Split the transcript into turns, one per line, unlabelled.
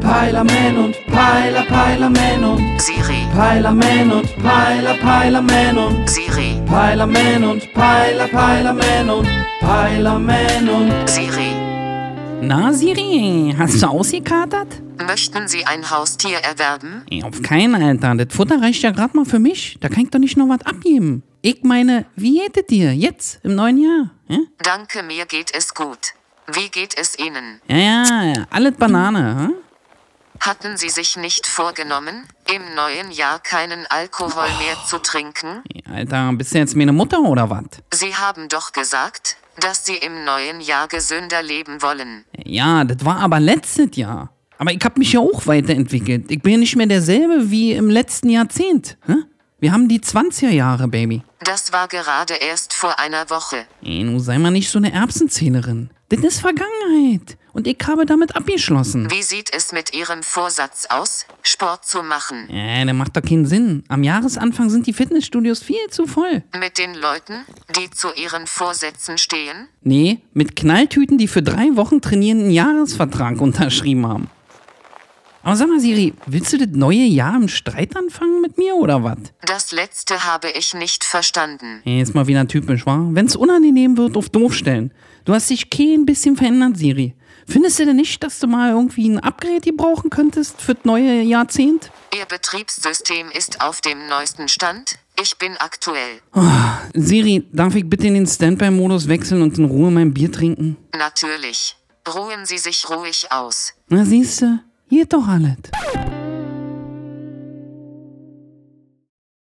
Peilerman und Peiler, Peilerman und
Siri,
Peilerman und Peiler, Peilerman und
Siri,
Peilerman und Peiler, Peilerman und Peilerman und
Siri.
Na, Siri, hast du ausgekatert?
Möchten Sie ein Haustier erwerben?
Ey, auf keinen, Alter. Das Futter reicht ja gerade mal für mich. Da kann ich doch nicht noch was abgeben. Ich meine, wie geht es dir jetzt im neuen Jahr? Ja,
Danke, mir geht es gut. Wie geht es Ihnen?
ja, ja, ja. alles Banane. Hm?
Hatten Sie sich nicht vorgenommen, im neuen Jahr keinen Alkohol mehr zu trinken?
Ey, Alter, bist du jetzt meine Mutter oder was?
Sie haben doch gesagt, dass Sie im neuen Jahr gesünder leben wollen.
Ja, das war aber letztes Jahr. Aber ich habe mich ja auch weiterentwickelt. Ich bin ja nicht mehr derselbe wie im letzten Jahrzehnt. Hm? Wir haben die 20er Jahre, Baby.
Das war gerade erst vor einer Woche.
Ey, nun sei mal nicht so eine Erbsenzählerin. Das ist Vergangenheit. Und ich habe damit abgeschlossen.
Wie sieht es mit Ihrem Vorsatz aus, Sport zu machen?
Äh, der macht doch keinen Sinn. Am Jahresanfang sind die Fitnessstudios viel zu voll.
Mit den Leuten, die zu Ihren Vorsätzen stehen?
Nee, mit Knalltüten, die für drei Wochen trainieren, einen Jahresvertrag unterschrieben haben. Aber sag mal, Siri, willst du das neue Jahr im Streit anfangen mit mir oder was?
Das letzte habe ich nicht verstanden.
Hey, ist mal wieder typisch, wa? Wenn's unangenehm wird, auf doof stellen. Du hast dich kein bisschen verändert, Siri. Findest du denn nicht, dass du mal irgendwie ein Upgrade gebrauchen könntest fürs neue Jahrzehnt?
Ihr Betriebssystem ist auf dem neuesten Stand. Ich bin aktuell.
Siri, darf ich bitte in den Standby-Modus wechseln und in Ruhe mein Bier trinken?
Natürlich. Ruhen Sie sich ruhig aus.
Na siehste, geht doch alles.